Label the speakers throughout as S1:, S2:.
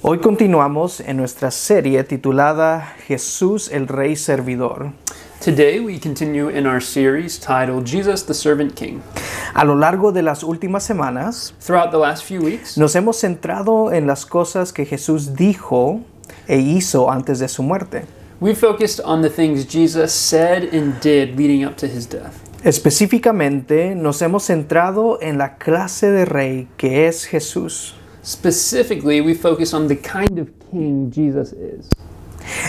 S1: Hoy continuamos en nuestra serie titulada Jesús el Rey Servidor.
S2: Today we continue in our series titled Jesus the Servant King.
S1: A lo largo de las últimas semanas
S2: Throughout the last few weeks,
S1: nos hemos centrado en las cosas que Jesús dijo e hizo antes de su muerte,
S2: we focused on the things Jesus said and did leading up to his death.
S1: Específicamente nos hemos centrado en la clase de rey que es Jesús.
S2: Specifically, we focus on the kind of king Jesus is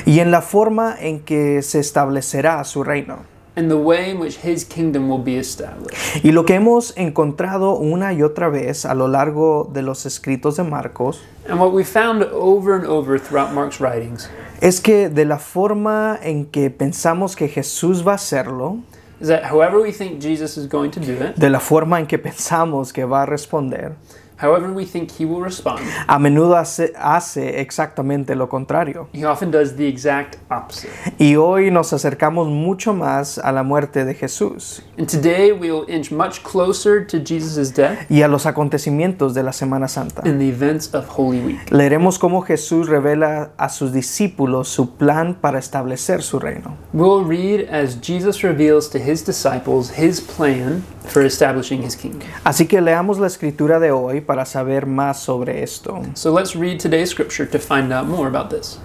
S1: y en la forma en que se establecerá su reino.
S2: and the way in which his kingdom will be established.
S1: Y lo que hemos encontrado una y otra vez a lo largo de los escritos de Marcos
S2: And what we found over and over throughout Mark's writings
S1: es que de la forma en que pensamos que Jesús va a hacerlo,
S2: is that however we think Jesus is going to do it,
S1: de la forma en que pensamos que va a responder,
S2: however we think he will respond,
S1: a menudo hace, hace exactamente lo contrario.
S2: he often does the exact opposite.
S1: Y hoy nos acercamos mucho más a la muerte de Jesús
S2: And today we'll inch much closer to Jesus' death
S1: y a los acontecimientos de la Semana Santa.
S2: and the events of Holy Week.
S1: Leeremos cómo Jesús revela a sus discípulos su plan para establecer su reino.
S2: We'll read as Jesus reveals to his disciples his plan for establishing his kingdom.
S1: Así que leamos la escritura de hoy para saber más sobre esto.
S2: So let's read today's scripture to find out more about this.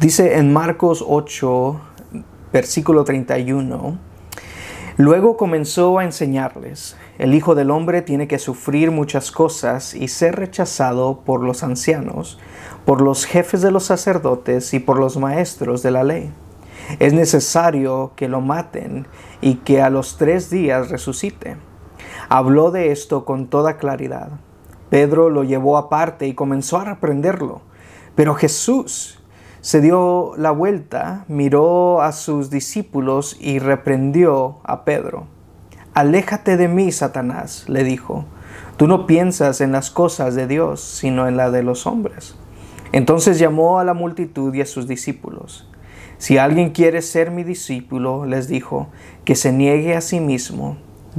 S1: Dice en Marcos 8, versículo 31, Luego comenzó a enseñarles, el Hijo del Hombre tiene que sufrir muchas cosas y ser rechazado por los ancianos, por los jefes de los sacerdotes y por los maestros de la ley. Es necesario que lo maten y que a los tres días resucite. Habló de esto con toda claridad. Pedro lo llevó aparte y comenzó a reprenderlo. Pero Jesús se dio la vuelta, miró a sus discípulos y reprendió a Pedro. Aléjate de mí, Satanás, le dijo. Tú no piensas en las cosas de Dios, sino en la de los hombres. Entonces llamó a la multitud y a sus discípulos. Si alguien quiere ser mi discípulo, les dijo, que se niegue a sí mismo,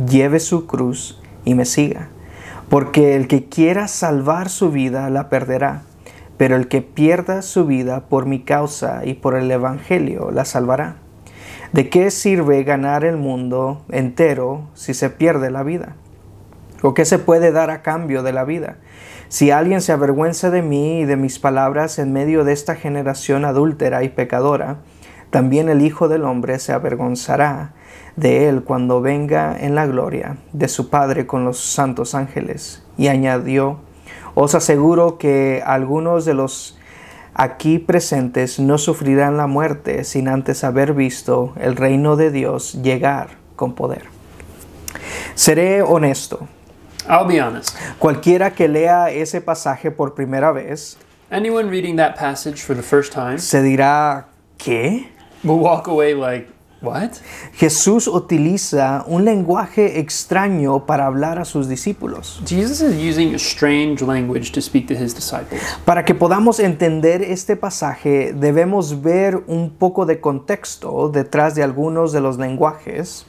S1: lleve su cruz y me siga. Porque el que quiera salvar su vida la perderá, pero el que pierda su vida por mi causa y por el Evangelio la salvará. ¿De qué sirve ganar el mundo entero si se pierde la vida? ¿O qué se puede dar a cambio de la vida? Si alguien se avergüenza de mí y de mis palabras en medio de esta generación adúltera y pecadora, también el Hijo del Hombre se avergonzará de él cuando venga en la gloria de su Padre con los santos ángeles. Y añadió, os aseguro que algunos de los aquí presentes no sufrirán la muerte sin antes haber visto el reino de Dios llegar con poder. Seré honesto.
S2: I'll be honest.
S1: Cualquiera que lea ese pasaje por primera vez
S2: Anyone reading that passage for the first time
S1: se dirá, ¿qué?
S2: will walk away like, what?
S1: Jesús utiliza un lenguaje extraño para hablar a sus discípulos.
S2: Jesus is using a strange language to speak to his disciples.
S1: Para que podamos entender este pasaje debemos ver un poco de contexto detrás de algunos de los lenguajes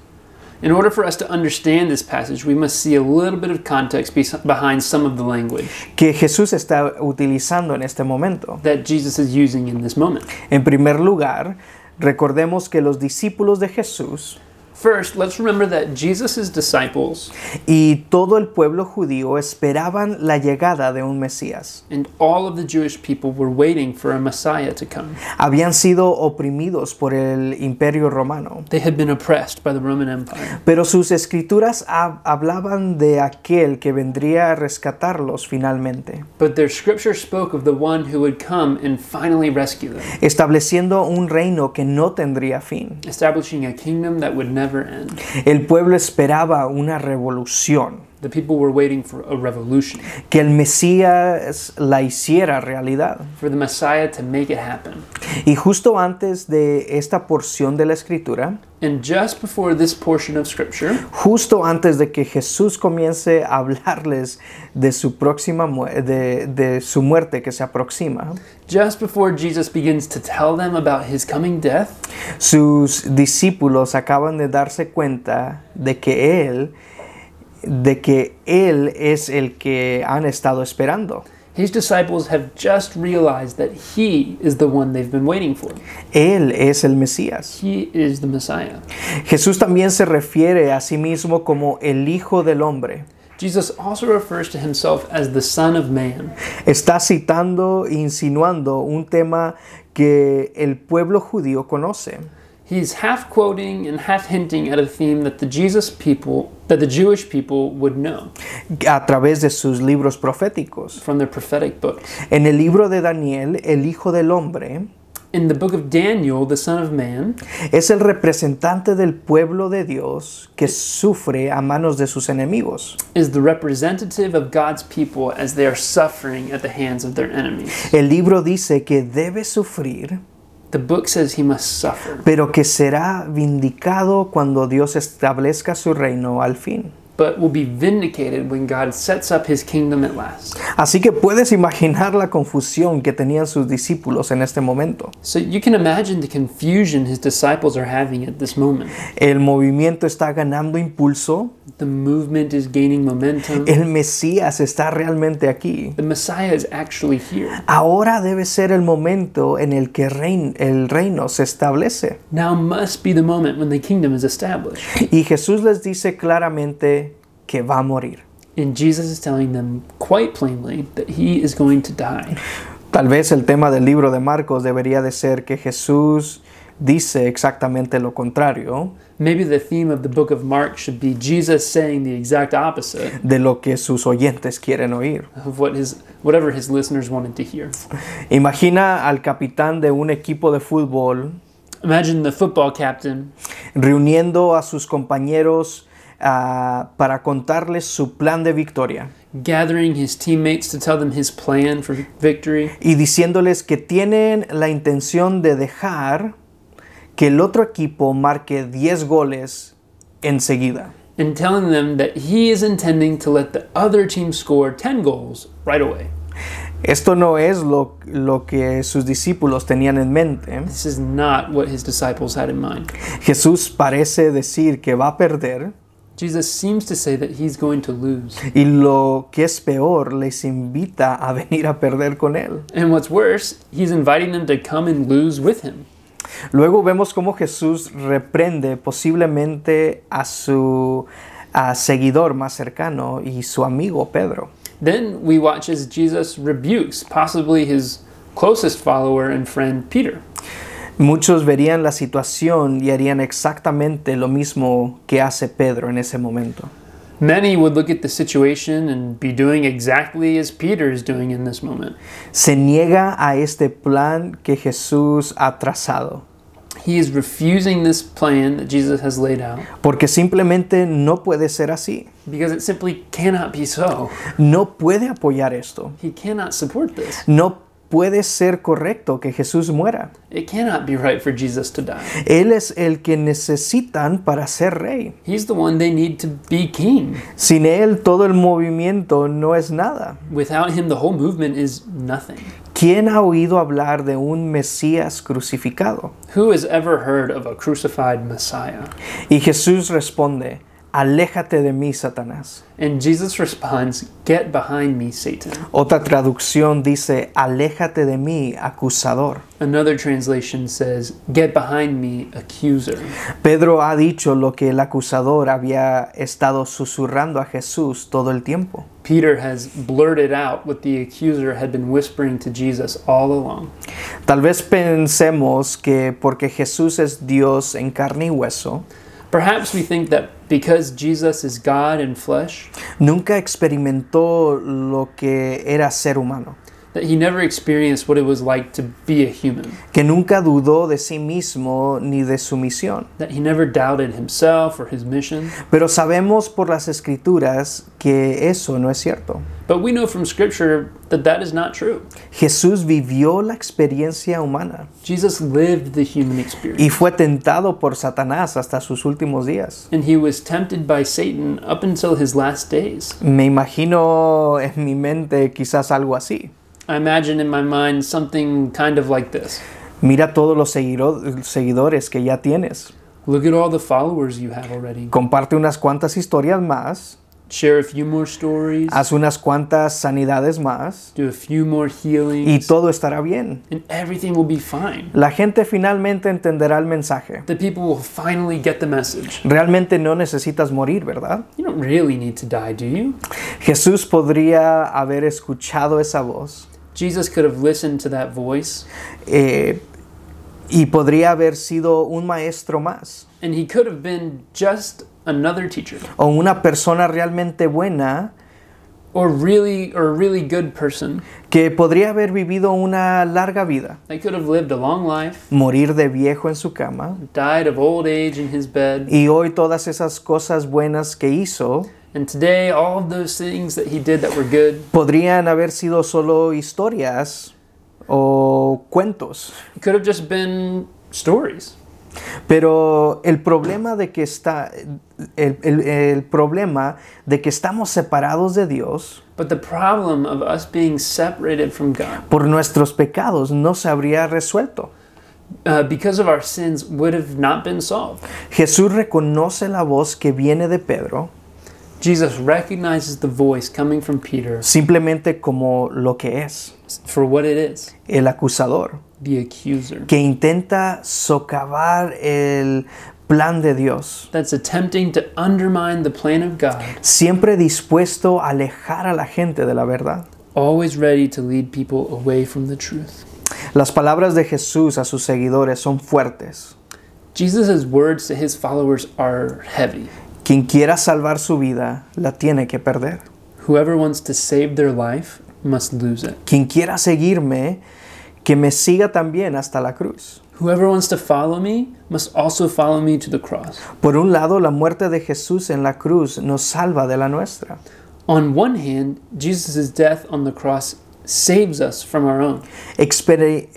S2: In order for us to understand this passage, we must see a little bit of context be- behind some of the language
S1: que Jesús está utilizando en este momento.
S2: that Jesus is using in this moment.
S1: En primer lugar, recordemos que los discípulos de Jesús
S2: First, let's remember that Jesus' disciples
S1: y todo el pueblo judío esperaban la llegada de un Mesías.
S2: and all of the Jewish people were waiting for a Messiah to come.
S1: Habían sido oprimidos por el imperio romano,
S2: They had been oppressed by the Roman Empire,
S1: pero sus escrituras hab- hablaban de aquel que vendría a rescatarlos finalmente,
S2: but their scripture spoke of the one who would come and finally rescue them,
S1: estableciendo un reino que no tendría fin.
S2: establishing a kingdom that would never end.
S1: El pueblo esperaba una revolución,
S2: The people were waiting for a revolution,
S1: que el Mesías la hiciera realidad.
S2: for the Messiah to make it happen.
S1: Y justo antes de esta porción de la escritura,
S2: And just before this portion of scripture,
S1: justo antes de que Jesús comience a hablarles de su próxima mu- de, de su muerte que se aproxima,
S2: Just before Jesus begins to tell them about his coming death,
S1: sus discípulos acaban de darse cuenta de que él de que él es el que han estado esperando.
S2: His disciples have just realized that he is the one they've been waiting for.
S1: Él es el Mesías.
S2: He is the Messiah.
S1: Jesús también se refiere a sí mismo como el Hijo del Hombre.
S2: Jesus also refers to himself as the Son of Man.
S1: Está citando e insinuando un tema que el pueblo judío conoce.
S2: He's half quoting and half hinting at a theme that the Jesus people, that the Jewish people would know
S1: a través de sus libros proféticos.
S2: from their prophetic books.
S1: En el libro de Daniel, el Hijo del Hombre
S2: In the book of Daniel, the Son of Man
S1: es el representante del pueblo de Dios que sufre a manos de sus enemigos.
S2: is the representative of God's people as they are suffering at the hands of their enemies.
S1: El libro dice que debe sufrir,
S2: The book says he must suffer,
S1: pero que será vindicado cuando Dios establezca su reino al fin.
S2: but will be vindicated when God sets up his kingdom at last.
S1: Así que puedes imaginar la confusión que tenían sus discípulos en este momento.
S2: So you can imagine the confusion his disciples are having at this moment.
S1: El movimiento está ganando impulso,
S2: The movement is gaining momentum.
S1: el Mesías está realmente aquí.
S2: The Messiah is actually here.
S1: Ahora debe ser el momento en el que rein- el reino se establece.
S2: Now must be the moment when the kingdom is established.
S1: Y Jesús les dice claramente que va a morir.
S2: And Jesus is telling them quite plainly that he is going to die.
S1: Tal vez el tema del libro de Marcos debería de ser que Jesús dice exactamente lo contrario
S2: Maybe the theme of the book of Mark should be Jesus saying the exact opposite
S1: de lo que sus oyentes quieren oír.
S2: of what his whatever his listeners wanted to hear.
S1: Imagina al capitán de un equipo de fútbol
S2: Imagine the football captain
S1: reuniendo a sus compañeros ah, para contarles su plan de victoria
S2: gathering his teammates to tell them his plan for victory
S1: y diciéndoles que tienen la intención de dejar que el otro equipo marque 10 goles enseguida.
S2: and telling them that he is intending to let the other team score 10 goals right away.
S1: Esto no es lo, lo que sus discípulos tenían en mente.
S2: This is not what his disciples had in mind.
S1: Jesús parece decir que va a perder
S2: Jesus seems to say that he's going to lose.
S1: y lo que es peor, les invita a venir a perder con él.
S2: And what's worse, he's inviting them to come and lose with him.
S1: Luego vemos cómo Jesús reprende posiblemente a su a seguidor más cercano y su amigo Pedro.
S2: Then we watch as Jesus rebukes possibly his closest follower and friend Peter.
S1: Muchos verían la situación y harían exactamente lo mismo que hace Pedro en ese momento.
S2: Many would look at the situation and be doing exactly as Peter is doing in this moment.
S1: Se niega a este plan que Jesús ha trazado,
S2: He is refusing this plan that Jesus has laid out
S1: porque simplemente no puede ser así.
S2: because it simply cannot be so.
S1: No puede apoyar esto.
S2: He cannot support this.
S1: No puede ser correcto que Jesús muera.
S2: It cannot be right for Jesus to die.
S1: Él es el que necesitan para ser rey.
S2: He's the one they need to be king.
S1: Sin él todo el movimiento no es nada.
S2: Without him, the whole movement is nothing.
S1: ¿Quién ha oído hablar de un Mesías crucificado?
S2: Who has ever heard of a crucified Messiah?
S1: Y Jesús responde, aléjate de mí, Satanás.
S2: And Jesus responds, Get behind me, Satan.
S1: Otra traducción dice, aléjate de mí, acusador.
S2: Another translation says, Get behind me, accuser.
S1: Pedro ha dicho lo que el acusador había estado susurrando a Jesús todo el tiempo.
S2: Peter has blurted out what the accuser had been whispering to Jesus all along.
S1: Tal vez pensemos que porque Jesús es Dios en carne y hueso,
S2: Perhaps we think that because Jesus is God in flesh,
S1: nunca experimentó lo que era ser humano.
S2: that he never experienced what it was like to be a human,
S1: que nunca dudó de sí mismo ni de su misión.
S2: that he never doubted himself or his mission.
S1: Pero sabemos por las escrituras que eso no es cierto.
S2: But we know from Scripture that that is not true.
S1: Jesús vivió la experiencia humana
S2: Jesus lived the human experience,
S1: y fue tentado por Satanás hasta sus últimos días.
S2: and he was tempted by Satan up until his last days.
S1: Me imagino en mi mente quizás algo así.
S2: I imagine in my mind something kind of like this
S1: Mira todos los seguiro- seguidores que ya tienes.
S2: Look at all the followers you have already.
S1: Comparte unas cuantas historias más
S2: share a few more stories,
S1: haz unas cuantas sanidades más
S2: do a few more
S1: y
S2: healings,
S1: todo estará bien.
S2: and everything will be fine.
S1: La gente finalmente entenderá el mensaje.
S2: The people will finally get the message.
S1: Realmente no necesitas morir, ¿verdad?
S2: You don't really need to die, do you?
S1: Jesús podría haber escuchado esa voz
S2: Jesus could have listened to that voice,
S1: eh, y podría haber sido un maestro más
S2: and he could have been just another teacher
S1: o una persona realmente buena
S2: or really or a really good person.
S1: que podría haber vivido una larga vida,
S2: They could have lived a long life,
S1: morir de viejo en su cama
S2: died of old age in his bed,
S1: y hoy todas esas cosas buenas que hizo
S2: and today all of those things that he did that were good
S1: podrían haber sido solo historias o cuentos.
S2: could have just been stories.
S1: Pero el problema de que está el, el- el problema de que estamos separados de Dios
S2: But the problem of us being separated from God
S1: por nuestros pecados no se habría resuelto.
S2: uh, because of our sins would have not been solved.
S1: Jesús reconoce la voz que viene de Pedro
S2: Jesus recognizes the voice coming from Peter
S1: simplemente como lo que es,
S2: for what it is
S1: el acusador,
S2: the accuser.
S1: que intenta socavar el plan de Dios,
S2: That's attempting to undermine the plan of God,
S1: siempre dispuesto a alejar a la gente de la verdad.
S2: always ready to lead people away from the truth.
S1: Las palabras de Jesús a sus seguidores son fuertes.
S2: Jesus' words to his followers are heavy.
S1: Quien quiera salvar su vida, la tiene que perder.
S2: Whoever wants to save their life must lose it.
S1: Quien quiera seguirme, que me siga también hasta la cruz.
S2: Whoever wants to follow me must also follow me to the cross.
S1: Por un lado, la muerte de Jesús en la cruz nos salva de la nuestra.
S2: On one hand, Jesus' death on the cross saves us from our own.
S1: Experi-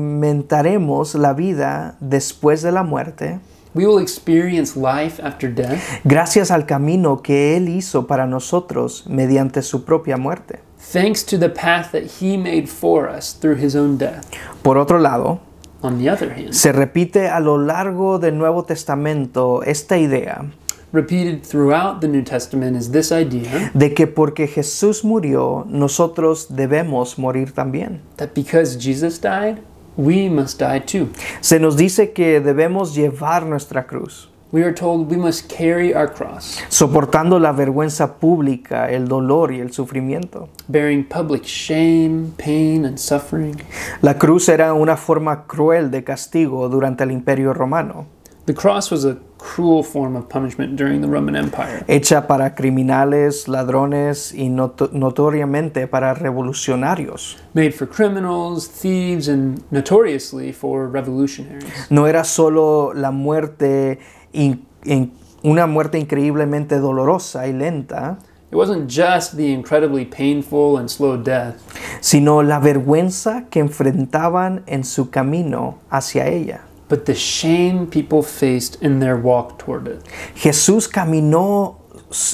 S1: experimentaremos la vida después de la muerte
S2: We will experience life after death
S1: gracias al camino que Él hizo para nosotros mediante su propia muerte.
S2: thanks to the path that he made for us through his own death.
S1: Por otro lado,
S2: On the other hand,
S1: se repite a lo largo del Nuevo Testamento esta idea
S2: repeated throughout the New Testament is this idea
S1: de que porque Jesús murió, nosotros debemos morir también.
S2: that because Jesus died, we must die too.
S1: Se nos dice que debemos llevar nuestra cruz,
S2: We are told we must carry our cross,
S1: soportando la vergüenza pública, el dolor y el sufrimiento.
S2: bearing public shame, pain, and suffering.
S1: La cruz era una forma cruel de castigo durante el Imperio Romano,
S2: The cross was a cruel form of punishment during the Roman Empire.
S1: hecha para criminales, ladrones y noto- notoriamente para revolucionarios.
S2: made for criminals, thieves, and notoriously for revolutionaries.
S1: No era solo la muerte, in- in- una muerte increíblemente dolorosa y lenta,
S2: It wasn't just the incredibly painful and slow death,
S1: sino la vergüenza que enfrentaban en su camino hacia ella.
S2: but the shame people faced in their walk toward it.
S1: Jesús caminó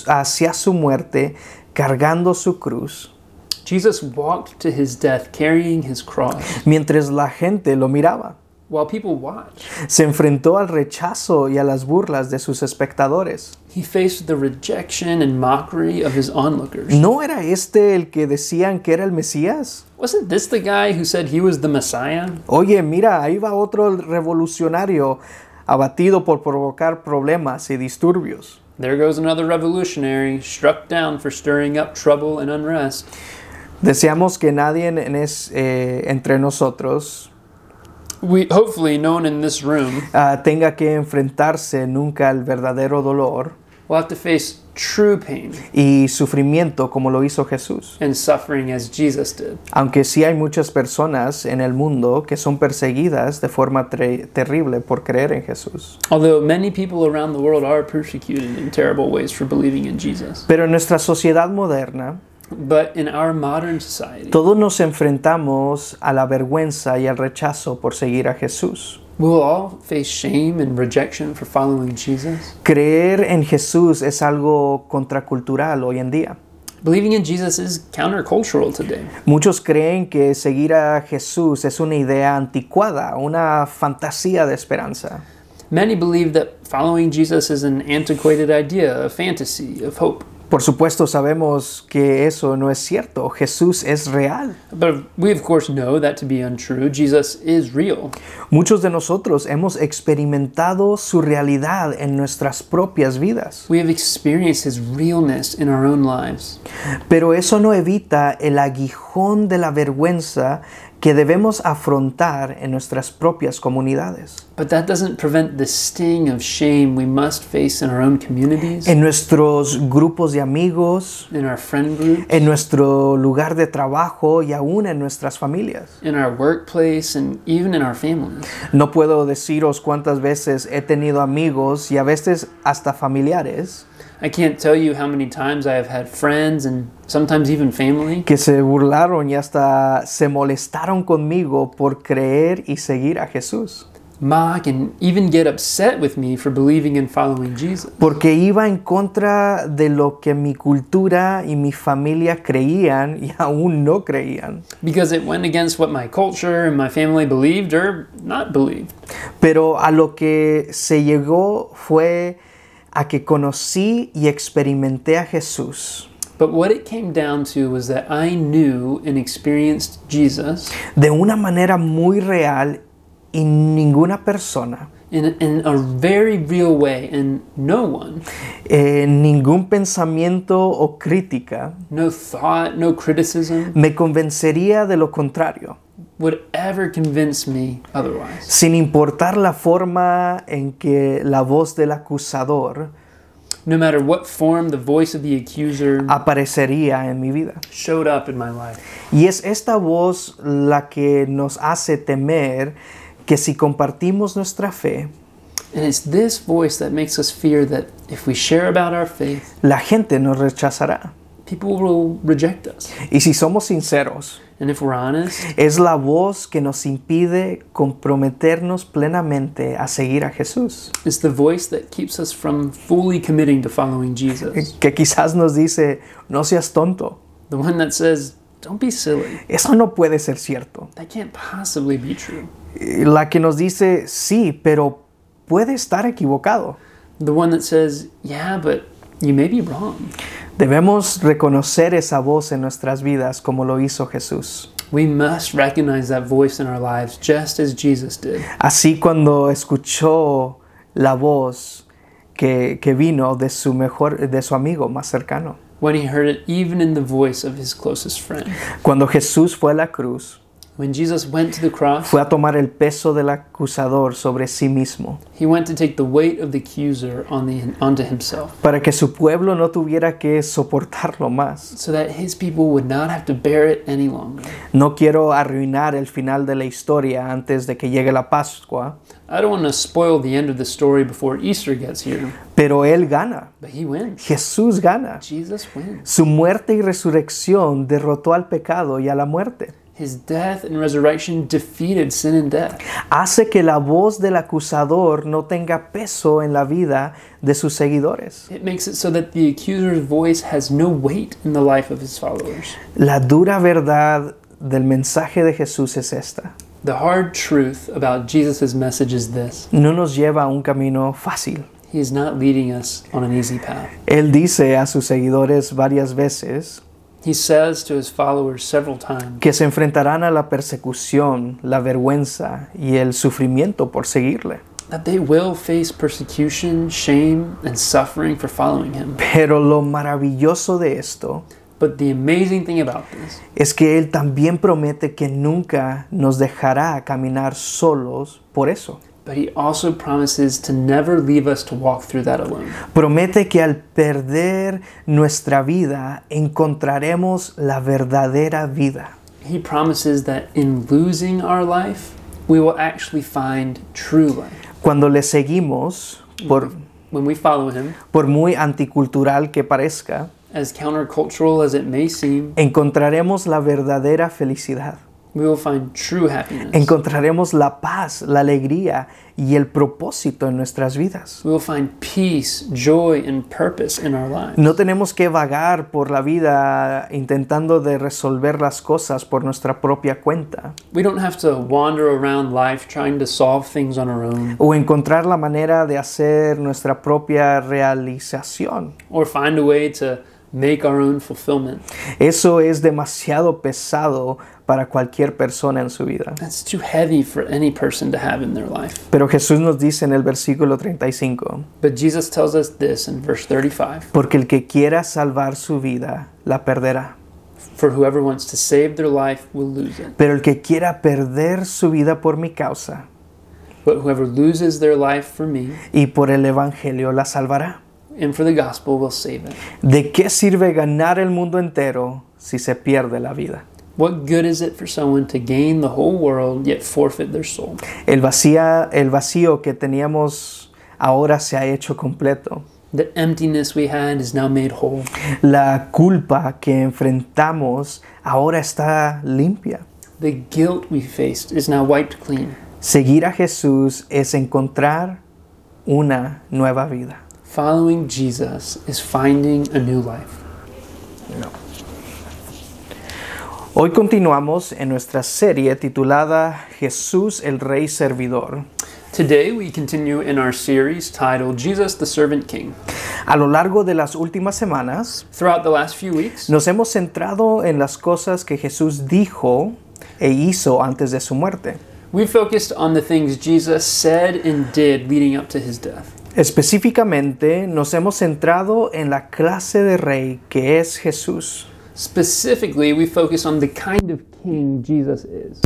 S1: hacia su muerte cargando su cruz,
S2: Jesus walked to his death carrying his cross
S1: mientras la gente lo miraba.
S2: while people watched.
S1: Se enfrentó al rechazo y a las burlas de sus espectadores.
S2: He faced the rejection and mockery of his onlookers.
S1: ¿No era este el que decían que era el Mesías?
S2: Wasn't this the guy who said he was the Messiah?
S1: Oye, mira, ahí va otro revolucionario abatido por provocar problemas y disturbios.
S2: There goes another revolutionary struck down for stirring up trouble and unrest.
S1: Deseamos que nadie en es- eh, entre nosotros
S2: We hopefully no one in this room
S1: ah, tenga que enfrentarse nunca al verdadero dolor
S2: will have to face true pain
S1: y sufrimiento como lo hizo Jesús.
S2: and suffering as Jesus did.
S1: Aunque sí hay muchas personas en el mundo que son perseguidas de forma tre- terrible por creer en Jesús.
S2: Although many people around the world are persecuted in terrible ways for believing in Jesus.
S1: Pero en nuestra sociedad moderna,
S2: But in our modern society,
S1: todos nos enfrentamos a la vergüenza y al rechazo por seguir a Jesús.
S2: we'll all face shame and rejection for following Jesus.
S1: Creer en Jesús es algo contracultural hoy en día.
S2: Believing in Jesus is countercultural today.
S1: Muchos creen que seguir a Jesús es una idea anticuada, una fantasía de esperanza.
S2: Many believe that following Jesus is an antiquated idea, a fantasy of hope.
S1: Por supuesto sabemos que eso no es cierto. Jesús es real.
S2: But we, of course, know that to be untrue. Jesus is real.
S1: Muchos de nosotros hemos experimentado su realidad en nuestras propias vidas.
S2: We have experienced his realness in our own lives.
S1: Pero eso no evita el aguijón de la vergüenza que debemos afrontar en nuestras propias comunidades,
S2: But that doesn't prevent the sting of shame we must face in our own communities,
S1: en nuestros grupos de amigos,
S2: in our friend group,
S1: en nuestro lugar de trabajo y aún en nuestras familias.
S2: in our workplace, and even in our families.
S1: No puedo deciros cuántas veces he tenido amigos y a veces hasta familiares
S2: I can't tell you how many times I have had friends and sometimes even family
S1: que se burlaron y hasta se molestaron conmigo por creer y seguir a Jesús,
S2: mock and even get upset with me for believing and following Jesus
S1: porque iba en contra de lo que mi cultura y mi familia creían y aún no creían.
S2: because it went against what my culture and my family believed or not believed.
S1: Pero a lo que se llegó fue a que conocí y experimenté a Jesús
S2: But what it came down to was that I knew and experienced Jesus
S1: de una manera muy real y ninguna persona,
S2: in, in a very real way, and no one,
S1: eh, ningún pensamiento o crítica
S2: no thought, no criticism
S1: me convencería de lo contrario,
S2: would ever convince me otherwise.
S1: sin importar la forma en que la voz del acusador
S2: No matter what form the voice of the accuser
S1: aparecería en mi vida.
S2: showed up in my life.
S1: Y es esta voz la que nos hace temer que si compartimos nuestra fe,
S2: And it's this voice that makes us fear that if we share about our faith,
S1: la gente nos rechazará.
S2: people will reject us.
S1: Y si somos sinceros,
S2: And if we're honest,
S1: es la voz que nos impide comprometernos plenamente a seguir a Jesús,
S2: it's the voice that keeps us from fully committing to following Jesus.
S1: que quizás nos dice, no seas tonto,
S2: The one that says, don't be silly.
S1: eso no puede ser cierto.
S2: That can't possibly be true.
S1: Y La que nos dice, sí, pero puede estar equivocado.
S2: The one that says, yeah, but you may be wrong.
S1: Debemos reconocer esa voz en nuestras vidas como lo hizo Jesús.
S2: We must recognize that voice in our lives just as Jesus did.
S1: Así cuando escuchó la voz que, que vino de su mejor, de su amigo más cercano.
S2: When he heard it, even in the voice of his closest friend.
S1: Cuando Jesús fue a la cruz,
S2: When Jesus went to the cross,
S1: fue a tomar el peso del acusador sobre sí mismo,
S2: he went to take the weight of the accuser on the, onto himself
S1: para que su pueblo no tuviera que soportarlo más.
S2: so that his people would not have to bear it any longer.
S1: No quiero arruinar el final de la historia antes de que llegue la Pascua,
S2: I don't want to spoil the end of the story before Easter gets here,
S1: pero Él gana,
S2: but he wins.
S1: Jesús gana.
S2: Jesus wins.
S1: Su muerte y resurrección derrotó al pecado y a la muerte.
S2: His death and resurrection defeated sin and death.
S1: Hace que la voz del acusador no tenga peso en la vida de sus seguidores.
S2: It makes it so that the accuser's voice has no weight in the life of his followers.
S1: La dura verdad del mensaje de Jesús es esta.
S2: The hard truth about Jesus' message is this
S1: No nos lleva a un camino fácil.
S2: He is not leading us on an easy path.
S1: Él dice a sus seguidores varias veces
S2: He says to his followers several times
S1: que se enfrentarán a la persecución, la vergüenza y el sufrimiento por seguirle.
S2: that they will face persecution, shame, and suffering for following him.
S1: Pero lo maravilloso de esto
S2: But the amazing thing about this
S1: es que Él también promete que nunca nos dejará caminar solos por eso.
S2: But he also promises to never leave us to walk through that alone.
S1: Promete que al perder nuestra vida encontraremos la verdadera vida.
S2: He promises that in losing our life, we will actually find true life.
S1: Cuando le seguimos, por,
S2: When we follow him,
S1: por muy anticultural que parezca,
S2: as countercultural as it may seem,
S1: encontraremos la verdadera felicidad.
S2: we will find true happiness.
S1: Encontraremos la paz, la alegría y el propósito en nuestras vidas.
S2: We will find peace, joy, and purpose in our lives.
S1: No tenemos que vagar por la vida intentando de resolver las cosas por nuestra propia cuenta
S2: We don't have to wander around life trying to solve things on our own
S1: o encontrar la manera de hacer nuestra propia realización.
S2: or find a way to make our own fulfillment.
S1: Eso es demasiado pesado para cualquier persona en su vida.
S2: That's too heavy for any person to have in their life.
S1: Pero Jesús nos dice en el versículo 35,
S2: But Jesus tells us this in verse 35
S1: porque el que quiera salvar su vida, la perderá.
S2: For whoever wants to save their life will lose it,
S1: Pero el que quiera perder su vida por mi causa
S2: but whoever loses their life for me
S1: y por el Evangelio, la salvará.
S2: and for the gospel will save it.
S1: ¿De qué sirve ganar el mundo entero si se pierde la vida?
S2: What good is it for someone to gain the whole world yet forfeit their soul?
S1: El, vacía- el vacío que teníamos ahora se ha hecho completo.
S2: The emptiness we had is now made whole.
S1: La culpa que enfrentamos ahora está limpia.
S2: The guilt we faced is now wiped clean.
S1: Seguir a Jesús es encontrar una nueva vida.
S2: Following Jesus is finding a new life.
S1: Hoy continuamos en nuestra serie titulada Jesús el Rey Servidor.
S2: Today we continue in our series titled Jesus the Servant King.
S1: A lo largo de las últimas semanas
S2: Throughout the last few weeks,
S1: nos hemos centrado en las cosas que Jesús dijo e hizo antes de su muerte.
S2: we focused on the things Jesus said and did leading up to his death.
S1: Específicamente nos hemos centrado en la clase de rey que es Jesús
S2: Specifically, we focused on the kind of king Jesus is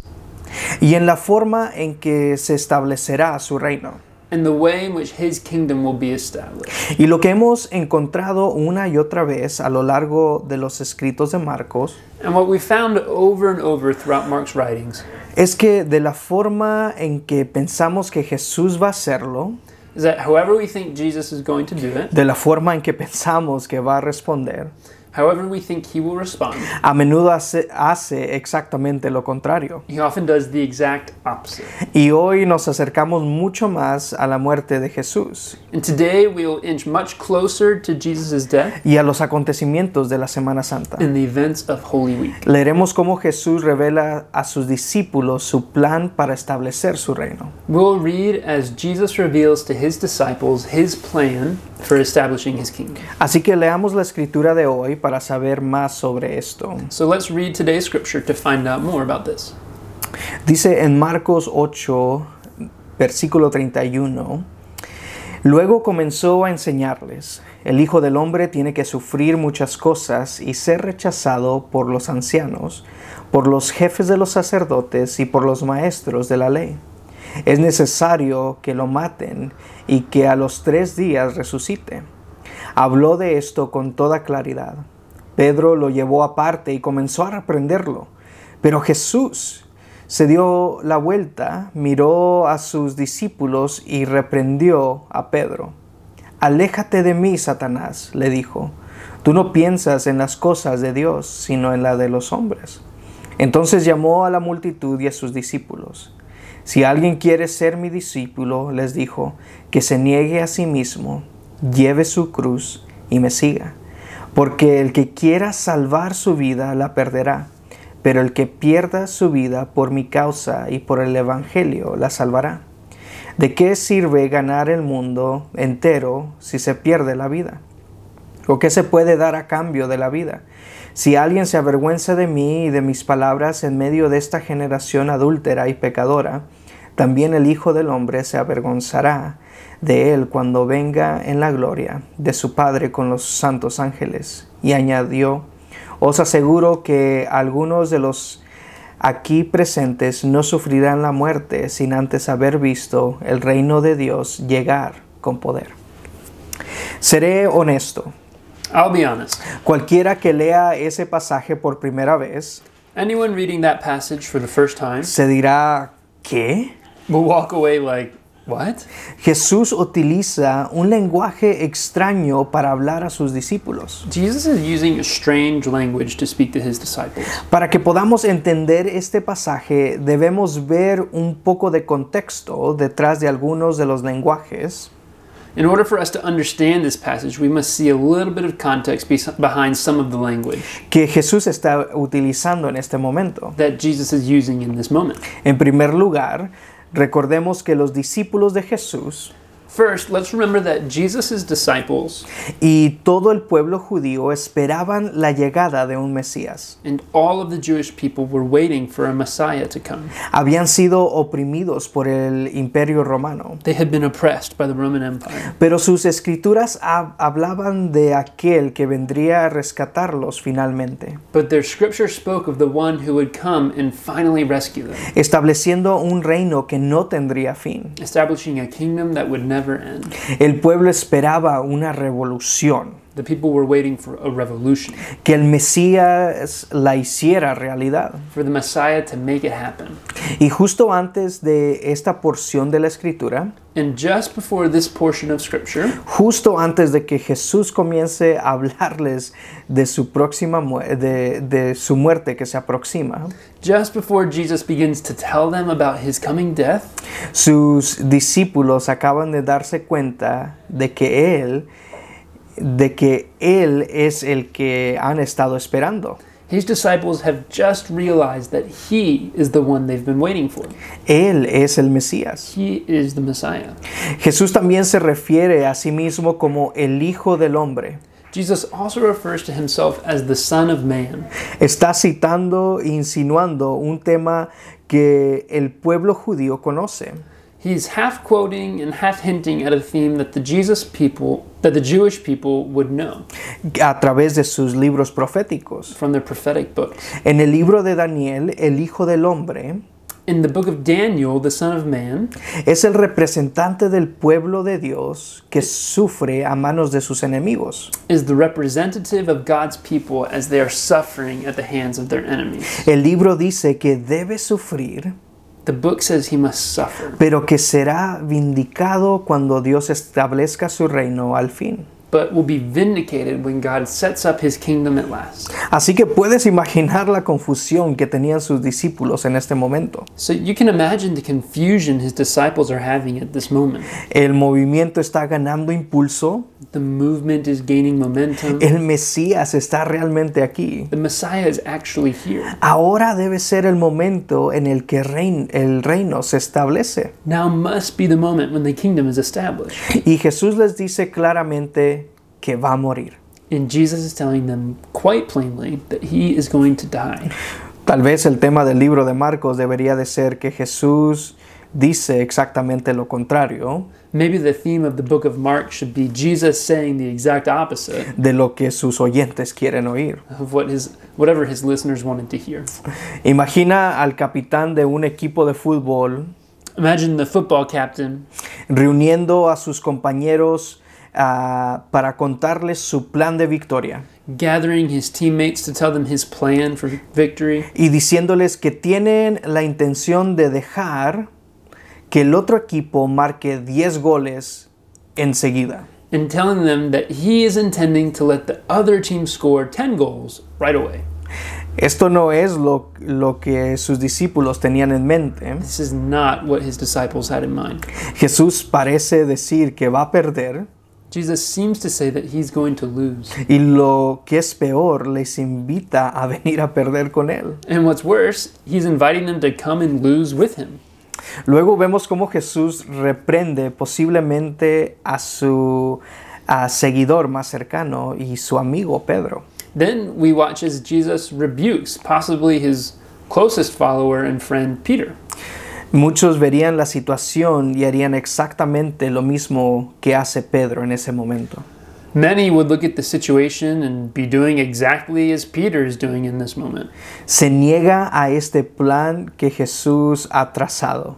S1: y en la forma en que se establecerá su reino.
S2: and the way in which his kingdom will be established.
S1: Y lo que hemos encontrado una y otra vez a lo largo de los escritos de Marcos
S2: And what we found over and over throughout Mark's writings
S1: es que de la forma en que pensamos que Jesús va a hacerlo,
S2: is that however we think Jesus is going to do it,
S1: de la forma en que pensamos que va a responder,
S2: however we think he will respond,
S1: a menudo hace, hace exactamente lo contrario.
S2: he often does the exact opposite.
S1: Y hoy nos acercamos mucho más a la muerte de Jesús
S2: And today we'll inch much closer to Jesus' death
S1: y a los acontecimientos de la Semana Santa.
S2: and the events of Holy Week.
S1: Leeremos cómo Jesús revela a sus discípulos su plan para establecer su reino.
S2: We'll read as Jesus reveals to his disciples his plan for establishing his kingdom.
S1: Así que leamos la escritura de hoy para saber más sobre esto.
S2: So let's read today's scripture to find out more about this.
S1: Dice en Marcos 8, versículo 31, Luego comenzó a enseñarles, el Hijo del Hombre tiene que sufrir muchas cosas y ser rechazado por los ancianos, por los jefes de los sacerdotes y por los maestros de la ley. Es necesario que lo maten y que a los tres días resucite. Habló de esto con toda claridad. Pedro lo llevó aparte y comenzó a reprenderlo. Pero Jesús se dio la vuelta, miró a sus discípulos y reprendió a Pedro. Aléjate de mí, Satanás, le dijo. Tú no piensas en las cosas de Dios, sino en la de los hombres. Entonces llamó a la multitud y a sus discípulos. Si alguien quiere ser mi discípulo, les dijo, que se niegue a sí mismo, lleve su cruz y me siga. Porque el que quiera salvar su vida la perderá, pero el que pierda su vida por mi causa y por el Evangelio la salvará. ¿De qué sirve ganar el mundo entero si se pierde la vida? ¿O qué se puede dar a cambio de la vida? Si alguien se avergüenza de mí y de mis palabras en medio de esta generación adúltera y pecadora, también el Hijo del Hombre se avergonzará de él cuando venga en la gloria de su Padre con los santos ángeles. Y añadió, os aseguro que algunos de los aquí presentes no sufrirán la muerte sin antes haber visto el reino de Dios llegar con poder. Seré honesto.
S2: I'll be honest.
S1: Cualquiera que lea ese pasaje por primera vez
S2: Anyone reading that passage for the first time
S1: se dirá, ¿qué?
S2: will walk away like, what?
S1: Jesús utiliza un lenguaje extraño para hablar a sus discípulos.
S2: Jesus is using a strange language to speak to his disciples.
S1: Para que podamos entender este pasaje debemos ver un poco de contexto detrás de algunos de los lenguajes
S2: In order for us to understand this passage, we must see a little bit of context be- behind some of the language
S1: que Jesús está utilizando en este momento.
S2: that Jesus is using in this moment.
S1: En primer lugar, recordemos que los discípulos de Jesús
S2: First, let's remember that Jesus' disciples
S1: Y todo el pueblo judío esperaban la llegada de un Mesías.
S2: and all of the Jewish people were waiting for a Messiah to come.
S1: Habían sido oprimidos por el imperio romano,
S2: They had been oppressed by the Roman Empire.
S1: pero sus escrituras hab- hablaban de aquel que vendría a rescatarlos finalmente,
S2: But their scripture spoke of the one who would come and finally rescue them,
S1: estableciendo un reino que no tendría fin.
S2: establishing a kingdom that would never end.
S1: El pueblo esperaba una revolución,
S2: The people were waiting for a revolution,
S1: que el Mesías la hiciera realidad.
S2: for the Messiah to make it happen.
S1: Y justo antes de esta porción de la escritura,
S2: And just before this portion of scripture,
S1: justo antes de que Jesús comience a hablarles de su próxima mu- de, de su muerte que se aproxima,
S2: just before Jesus begins to tell them about his coming death,
S1: sus discípulos acaban de darse cuenta de que él de que él es el que han estado esperando.
S2: his disciples have just realized that he is the one they've been waiting for.
S1: Él es el Mesías.
S2: He is the Messiah.
S1: Jesús también se refiere a sí mismo como el Hijo del Hombre.
S2: Jesus also refers to himself as the Son of Man.
S1: Está citando, insinuando un tema que el pueblo judío conoce.
S2: He's half quoting and half hinting at a theme that the Jesus people, that the Jewish people would know
S1: a través de sus libros proféticos.
S2: from their prophetic books.
S1: En el libro de Daniel, el Hijo del Hombre
S2: In the book of Daniel, the Son of Man
S1: es el representante del pueblo de Dios que sufre a manos de sus enemigos.
S2: is the representative of God's people as they are suffering at the hands of their enemies.
S1: El libro dice que debe sufrir,
S2: The book says he must suffer,
S1: pero que será vindicado cuando Dios establezca su reino al fin.
S2: but will be vindicated when God sets up his kingdom at last.
S1: Así que puedes imaginar la confusión que tenían sus discípulos en este momento.
S2: So you can imagine the confusion his disciples are having at this moment.
S1: El movimiento está ganando impulso,
S2: The movement is gaining momentum.
S1: el Mesías está realmente aquí.
S2: The Messiah is actually here.
S1: Ahora debe ser el momento en el que rein- el reino se establece.
S2: Now must be the moment when the kingdom is established.
S1: Y Jesús les dice claramente que va a morir.
S2: And Jesus is telling them quite plainly that he is going to die.
S1: Tal vez el tema del libro de Marcos debería de ser que Jesús dice exactamente lo contrario
S2: Maybe the theme of the book of Mark should be Jesus saying the exact opposite
S1: de lo que sus oyentes quieren oír.
S2: of what his whatever his listeners wanted to hear.
S1: Imagina al capitán de un equipo de fútbol
S2: Imagine the football captain
S1: reuniendo a sus compañeros ah, para contarles su plan de victoria
S2: gathering his teammates to tell them his plan for victory
S1: y diciéndoles que tienen la intención de dejar que el otro equipo marque 10 goles enseguida.
S2: and telling them that he is intending to let the other team score 10 goals right away.
S1: Esto no es lo, lo que sus discípulos tenían en mente.
S2: This is not what his disciples had in mind.
S1: Jesús parece decir que va a perder
S2: Jesus seems to say that he's going to lose.
S1: y lo que es peor, les invita a venir a perder con él.
S2: And what's worse, he's inviting them to come and lose with him.
S1: Luego vemos cómo Jesús reprende posiblemente a su a seguidor más cercano y su amigo Pedro.
S2: Then we watch as Jesus rebukes possibly his closest follower and friend, Peter.
S1: Muchos verían la situación y harían exactamente lo mismo que hace Pedro en ese momento.
S2: Many would look at the situation and be doing exactly as Peter is doing in this moment.
S1: Se niega a este plan que Jesús ha trazado,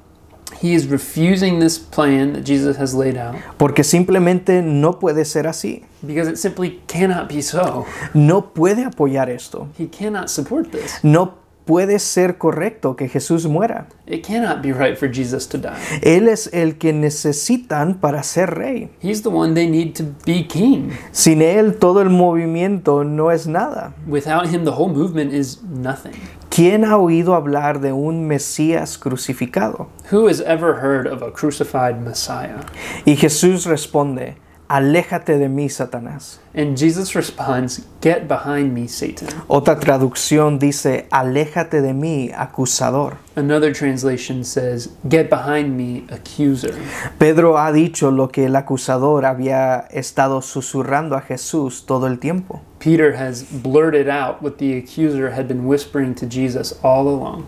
S2: He is refusing this plan that Jesus has laid out
S1: porque simplemente no puede ser así.
S2: because it simply cannot be so.
S1: No puede apoyar esto.
S2: He cannot support this.
S1: No puede ser correcto que Jesús muera.
S2: It cannot be right for Jesus to die.
S1: Él es el que necesitan para ser rey.
S2: He's the one they need to be king.
S1: Sin él todo el movimiento no es nada.
S2: Without him, the whole movement is nothing.
S1: ¿Quién ha oído hablar de un Mesías crucificado?
S2: Who has ever heard of a crucified Messiah?
S1: Y Jesús responde, aléjate de mí, Satanás.
S2: And Jesus responds, Get behind me, Satan.
S1: Otra traducción dice, aléjate de mí, acusador.
S2: Another translation says, Get behind me, accuser.
S1: Pedro ha dicho lo que el acusador había estado susurrando a Jesús todo el tiempo.
S2: Peter has blurted out what the accuser had been whispering to Jesus all along.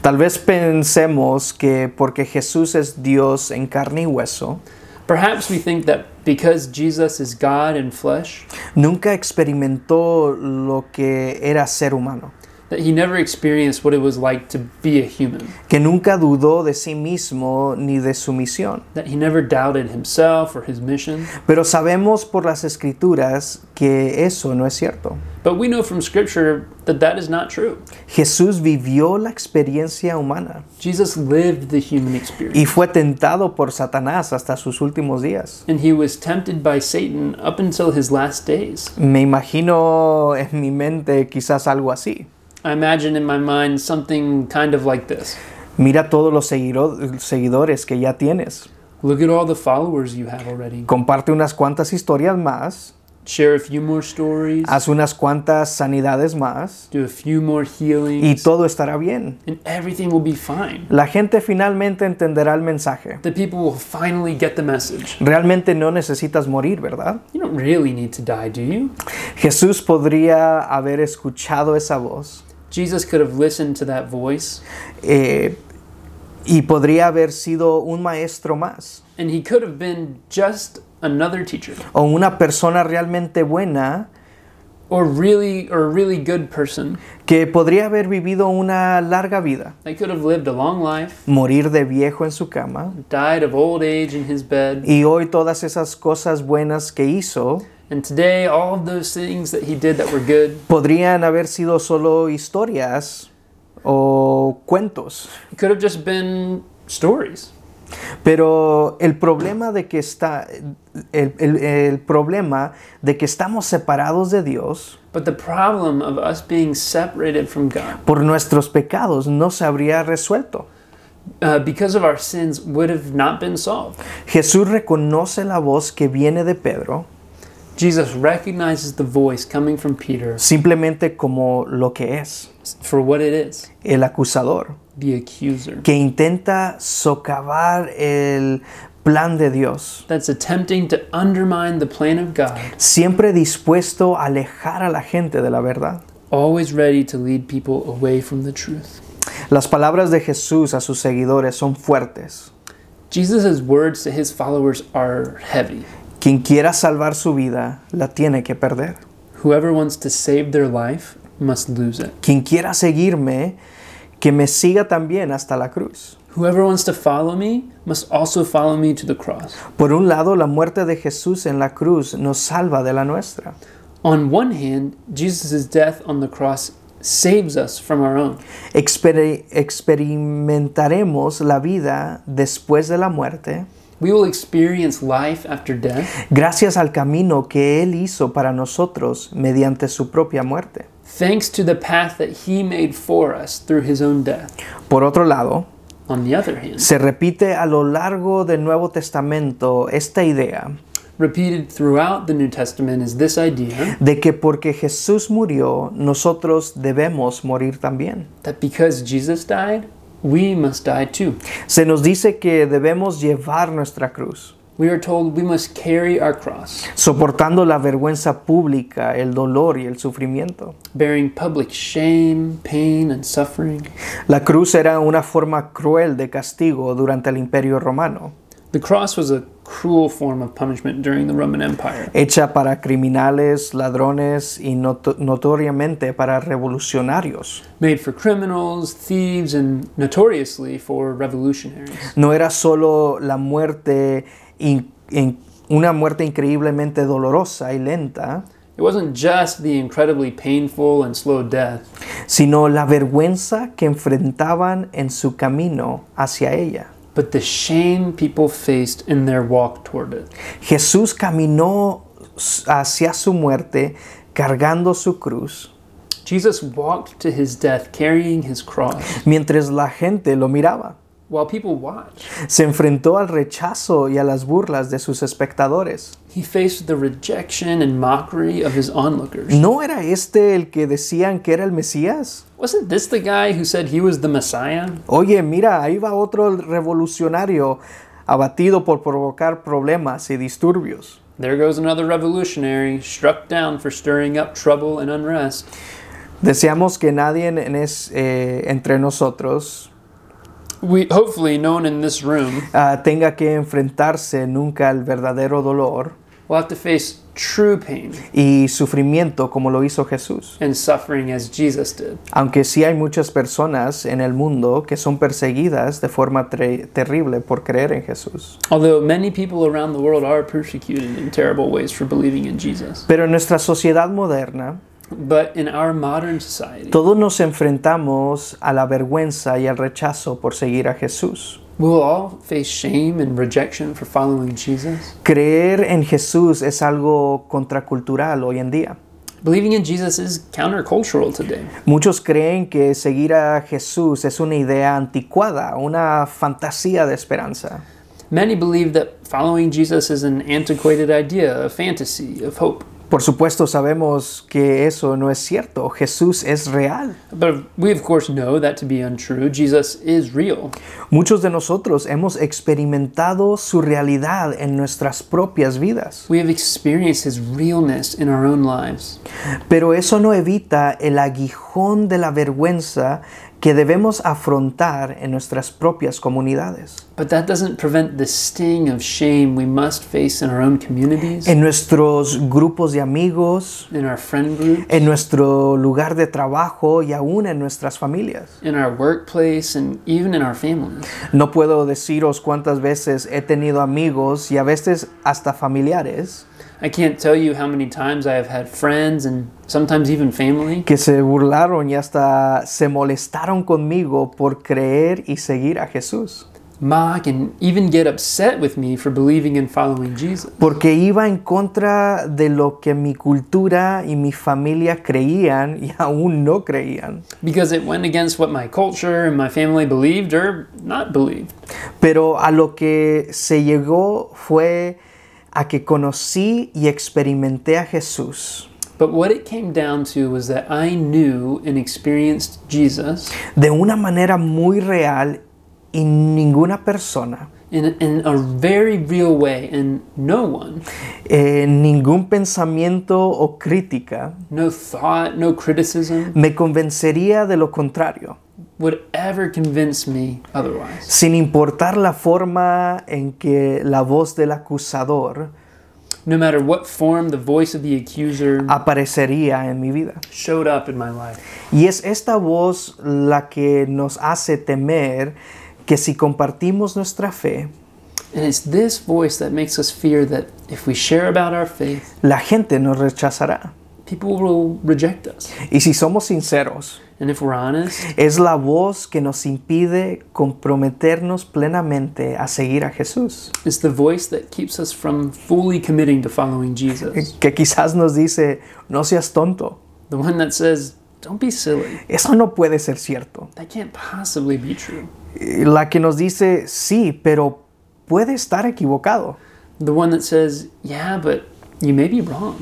S1: Tal vez pensemos que porque Jesús es Dios en carne y hueso,
S2: Perhaps we think that because Jesus is God in flesh,
S1: nunca experimentó lo que era ser humano,
S2: that he never experienced what it was like to be a human,
S1: que nunca dudó de sí mismo ni de su misión.
S2: that he never doubted himself or his mission.
S1: Pero sabemos por las escrituras que eso no es cierto.
S2: But we know from Scripture that that is not true.
S1: Jesús vivió la experiencia humana
S2: Jesus lived the human experience,
S1: y fue tentado por Satanás hasta sus últimos días.
S2: and he was tempted by Satan up until his last days.
S1: Me imagino en mi mente quizás algo así.
S2: I imagine in my mind something kind of like this
S1: Mira todos los seguiro- seguidores que ya tienes.
S2: Look at all the followers you have already.
S1: Comparte unas cuantas historias más,
S2: Share a few more stories,
S1: haz unas cuantas sanidades más
S2: do a few more
S1: y
S2: healings,
S1: todo estará bien.
S2: and everything will be fine.
S1: La gente finalmente entenderá el mensaje.
S2: the people will finally get the message.
S1: Realmente no necesitas morir, ¿verdad?
S2: You don't really need to die, do you?
S1: Jesús podría haber escuchado esa voz
S2: Jesus could have listened to that voice,
S1: eh, y podría haber sido un maestro más
S2: and he could have been just another teacher
S1: o una persona realmente buena
S2: or really or a really good person
S1: que podría haber vivido una larga vida,
S2: They could have lived a long life,
S1: morir de viejo en su cama
S2: died of old age in his bed,
S1: y hoy todas esas cosas buenas que hizo
S2: and today all of those things that he did that were good
S1: podrían haber sido solo historias o cuentos.
S2: could have just been stories.
S1: Pero el problema de que está el, el- el problema de que estamos separados de Dios
S2: But the problem of us being separated from God
S1: por nuestros pecados no se habría resuelto.
S2: uh, because of our sins would have not been solved.
S1: Jesús reconoce la voz que viene de Pedro
S2: Jesus recognizes the voice coming from Peter
S1: simplemente como lo que es,
S2: for what it is
S1: el acusador,
S2: the accuser
S1: que intenta socavar el plan de Dios,
S2: that's attempting to undermine the plan of God,
S1: siempre dispuesto a alejar a la gente de la verdad.
S2: always ready to lead people away from the truth.
S1: Las palabras de Jesús a sus seguidores son fuertes.
S2: Jesus' words to his followers are heavy.
S1: Quien quiera salvar su vida, la tiene que perder.
S2: Whoever wants to save their life must lose it.
S1: Quien quiera seguirme, que me siga también hasta la cruz.
S2: Whoever wants to follow me must also follow me to the cross.
S1: Por un lado, la muerte de Jesús en la cruz nos salva de la nuestra.
S2: On one hand, Jesus' death on the cross saves us from our own.
S1: Experi- experimentaremos la vida después de la muerte
S2: We will experience life after death
S1: gracias al camino que Él hizo para nosotros mediante su propia muerte.
S2: thanks to the path that he made for us through his own death.
S1: Por otro lado,
S2: On the other hand,
S1: se repite a lo largo del Nuevo Testamento esta idea
S2: repeated throughout the New Testament is this idea
S1: de que porque Jesús murió, nosotros debemos morir también.
S2: that because Jesus died, we must die too.
S1: Se nos dice que debemos llevar nuestra cruz,
S2: We are told we must carry our cross,
S1: soportando la vergüenza pública, el dolor y el sufrimiento.
S2: bearing public shame, pain, and suffering.
S1: La cruz era una forma cruel de castigo durante el Imperio Romano,
S2: The cross was a cruel form of punishment during the Roman Empire.
S1: hecha para criminales, ladrones y noto- notoriamente para revolucionarios.
S2: Made for criminals, thieves, and notoriously for revolutionaries.
S1: No era solo la muerte, in- in- una muerte increíblemente dolorosa y lenta,
S2: It wasn't just the incredibly painful and slow death,
S1: sino la vergüenza que enfrentaban en su camino hacia ella.
S2: but the shame people faced in their walk toward it.
S1: Jesús caminó hacia su muerte cargando su cruz,
S2: Jesus walked to his death carrying his cross
S1: mientras la gente lo miraba.
S2: while people watched.
S1: Se enfrentó al rechazo y a las burlas de sus espectadores.
S2: He faced the rejection and mockery of his onlookers.
S1: ¿No era este el que decían que era el Mesías?
S2: Wasn't this the guy who said he was the Messiah?
S1: Oye, mira, ahí va otro revolucionario abatido por provocar problemas y disturbios.
S2: There goes another revolutionary struck down for stirring up trouble and unrest.
S1: Deseamos que nadie en es- eh, entre nosotros
S2: We hopefully no one in this room
S1: ah, tenga que enfrentarse nunca al verdadero dolor
S2: will have to face true pain
S1: y sufrimiento como lo hizo Jesús.
S2: and suffering as Jesus did.
S1: Aunque sí hay muchas personas en el mundo que son perseguidas de forma tre- terrible por creer en Jesús.
S2: Although many people around the world are persecuted in terrible ways for believing in Jesus.
S1: Pero en nuestra sociedad moderna,
S2: But in our modern society,
S1: todos nos enfrentamos a la vergüenza y al rechazo por seguir a Jesús.
S2: we'll all face shame and rejection for following Jesus.
S1: Creer en Jesús es algo contracultural hoy en día.
S2: Believing in Jesus is countercultural today.
S1: Muchos creen que seguir a Jesús es una idea anticuada, una fantasía de esperanza.
S2: Many believe that following Jesus is an antiquated idea, a fantasy, of hope.
S1: Por supuesto sabemos que eso no es cierto. Jesús es real.
S2: But we, of course, know that to be untrue. Jesus is real.
S1: Muchos de nosotros hemos experimentado su realidad en nuestras propias vidas,
S2: We have experienced his realness in our own lives.
S1: pero eso no evita el aguijón de la vergüenza que debemos afrontar en nuestras propias comunidades,
S2: But that doesn't prevent the sting of shame we must face in our own communities,
S1: en nuestros grupos de amigos,
S2: in our friend group,
S1: en nuestro lugar de trabajo y aún en nuestras familias.
S2: in our workplace, and even in our families.
S1: No puedo deciros cuántas veces he tenido amigos y a veces hasta familiares
S2: I can't tell you how many times I have had friends and sometimes even family
S1: que se burlaron y hasta se molestaron conmigo por creer y seguir a Jesús,
S2: mock and even get upset with me for believing and following Jesus
S1: porque iba en contra de lo que mi cultura y mi familia creían y aún no creían.
S2: because it went against what my culture and my family believed or not believed.
S1: Pero a lo que se llegó fue a que conocí y experimenté a Jesús
S2: But what it came down to was that I knew and experienced Jesus
S1: de una manera muy real y ninguna persona
S2: in, in a very real way, and no one,
S1: eh, ningún pensamiento o crítica
S2: no thought, no criticism
S1: me convencería de lo contrario,
S2: would ever convince me otherwise.
S1: sin importar la forma en que la voz del acusador
S2: No matter what form the voice of the accuser
S1: aparecería en mi vida.
S2: showed up in my life.
S1: Y es esta voz la que nos hace temer que si compartimos nuestra fe,
S2: And it's this voice that makes us fear that if we share about our faith,
S1: la gente nos rechazará.
S2: people will reject us.
S1: Y si somos sinceros,
S2: And if we're honest,
S1: es la voz que nos impide comprometernos plenamente a seguir a Jesús.
S2: it's the voice that keeps us from fully committing to following Jesus.
S1: que quizás nos dice, no seas tonto,
S2: The one that says, don't be silly.
S1: eso no puede ser cierto.
S2: That can't possibly be true.
S1: Y La que nos dice, sí, pero puede estar equivocado.
S2: The one that says, yeah, but you may be wrong.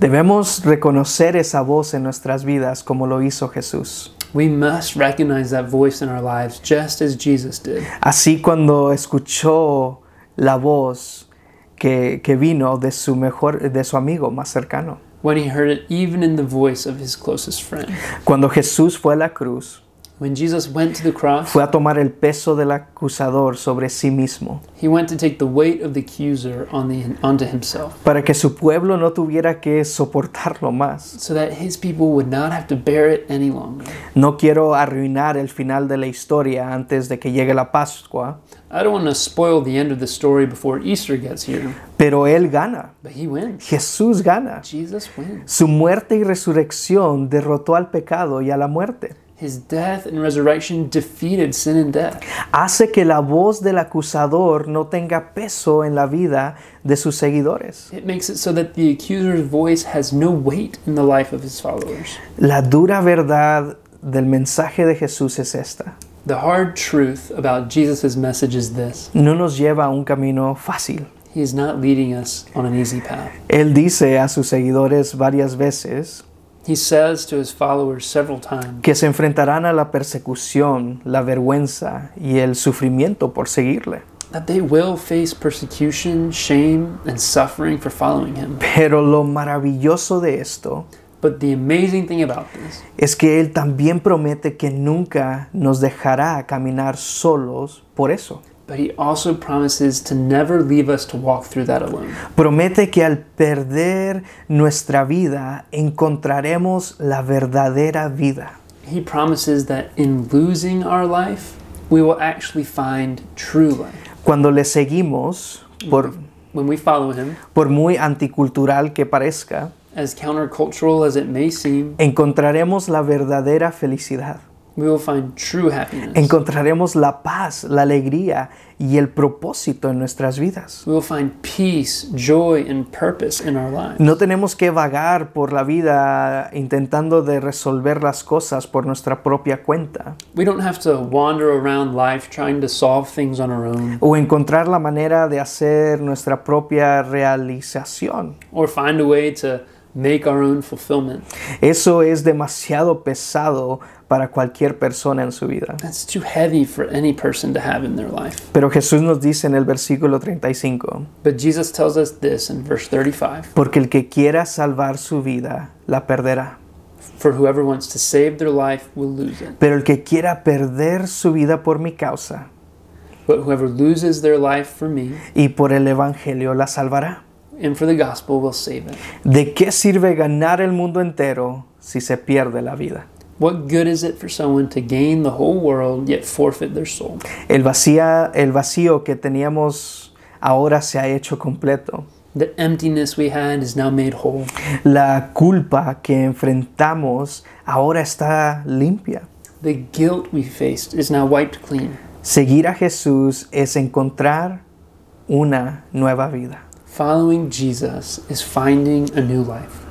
S1: Debemos reconocer esa voz en nuestras vidas como lo hizo Jesús.
S2: We must recognize that voice in our lives just as Jesus did.
S1: Así cuando escuchó la voz que, que vino de su, mejor, de su amigo más cercano.
S2: When he heard it, even in the voice of his closest friend.
S1: Cuando Jesús fue a la cruz,
S2: When Jesus went to the cross,
S1: fue a tomar el peso del acusador sobre sí mismo,
S2: he went to take the weight of the accuser on the, onto himself,
S1: para que su pueblo no tuviera que soportarlo más.
S2: so that his people would not have to bear it any longer.
S1: No quiero arruinar el final de la historia antes de que llegue la Pascua,
S2: I don't want to spoil the end of the story before Easter gets here,
S1: pero Él gana,
S2: but he wins.
S1: Jesús gana.
S2: Jesus wins.
S1: Su muerte y resurrección derrotó al pecado y a la muerte.
S2: His death and resurrection defeated sin and death.
S1: Hace que la voz del acusador no tenga peso en la vida de sus seguidores.
S2: It makes it so that the accuser's voice has no weight in the life of his followers.
S1: La dura verdad del mensaje de Jesús es esta.
S2: The hard truth about Jesus' message is this
S1: no nos lleva a un camino fácil.
S2: He is not leading us on an easy path.
S1: Él dice a sus seguidores varias veces
S2: He says to his followers several times
S1: que se enfrentarán a la persecución, la vergüenza y el sufrimiento por seguirle.
S2: that they will face persecution, shame, and suffering for following him.
S1: Pero lo maravilloso de esto
S2: But the amazing thing about this
S1: es que Él también promete que nunca nos dejará caminar solos por eso.
S2: But he also promises to never leave us to walk through that alone.
S1: Promete que al perder nuestra vida encontraremos la verdadera vida.
S2: He promises that in losing our life, we will actually find true life.
S1: Cuando le seguimos, por,
S2: When we follow him,
S1: por muy anticultural que parezca,
S2: as countercultural as it may seem,
S1: encontraremos la verdadera felicidad.
S2: we will find true happiness.
S1: Encontraremos la paz, la alegría y el propósito en nuestras vidas.
S2: We will find peace, joy, and purpose in our lives.
S1: No tenemos que vagar por la vida intentando de resolver las cosas por nuestra propia cuenta
S2: We don't have to wander around life trying to solve things on our own
S1: o encontrar la manera de hacer nuestra propia realización.
S2: or find a way to make our own fulfillment.
S1: Eso es demasiado pesado para cualquier persona en su vida.
S2: That's too heavy for any person to have in their life.
S1: Pero Jesús nos dice en el versículo 35,
S2: But Jesus tells us this in verse 35.
S1: porque el que quiera salvar su vida la perderá,
S2: For whoever wants to save their life will lose it,
S1: pero el que quiera perder su vida por mi causa
S2: but whoever loses their life for me
S1: y por el Evangelio la salvará.
S2: and for the gospel will save it.
S1: ¿De qué sirve ganar el mundo entero si se pierde la vida?
S2: What good is it for someone to gain the whole world yet forfeit their soul?
S1: El, vacía- el vacío que teníamos ahora se ha hecho completo.
S2: The emptiness we had is now made whole.
S1: La culpa que enfrentamos ahora está limpia.
S2: The guilt we faced is now wiped clean.
S1: Seguir a Jesús es encontrar una nueva vida.
S2: Following Jesus is finding a new life.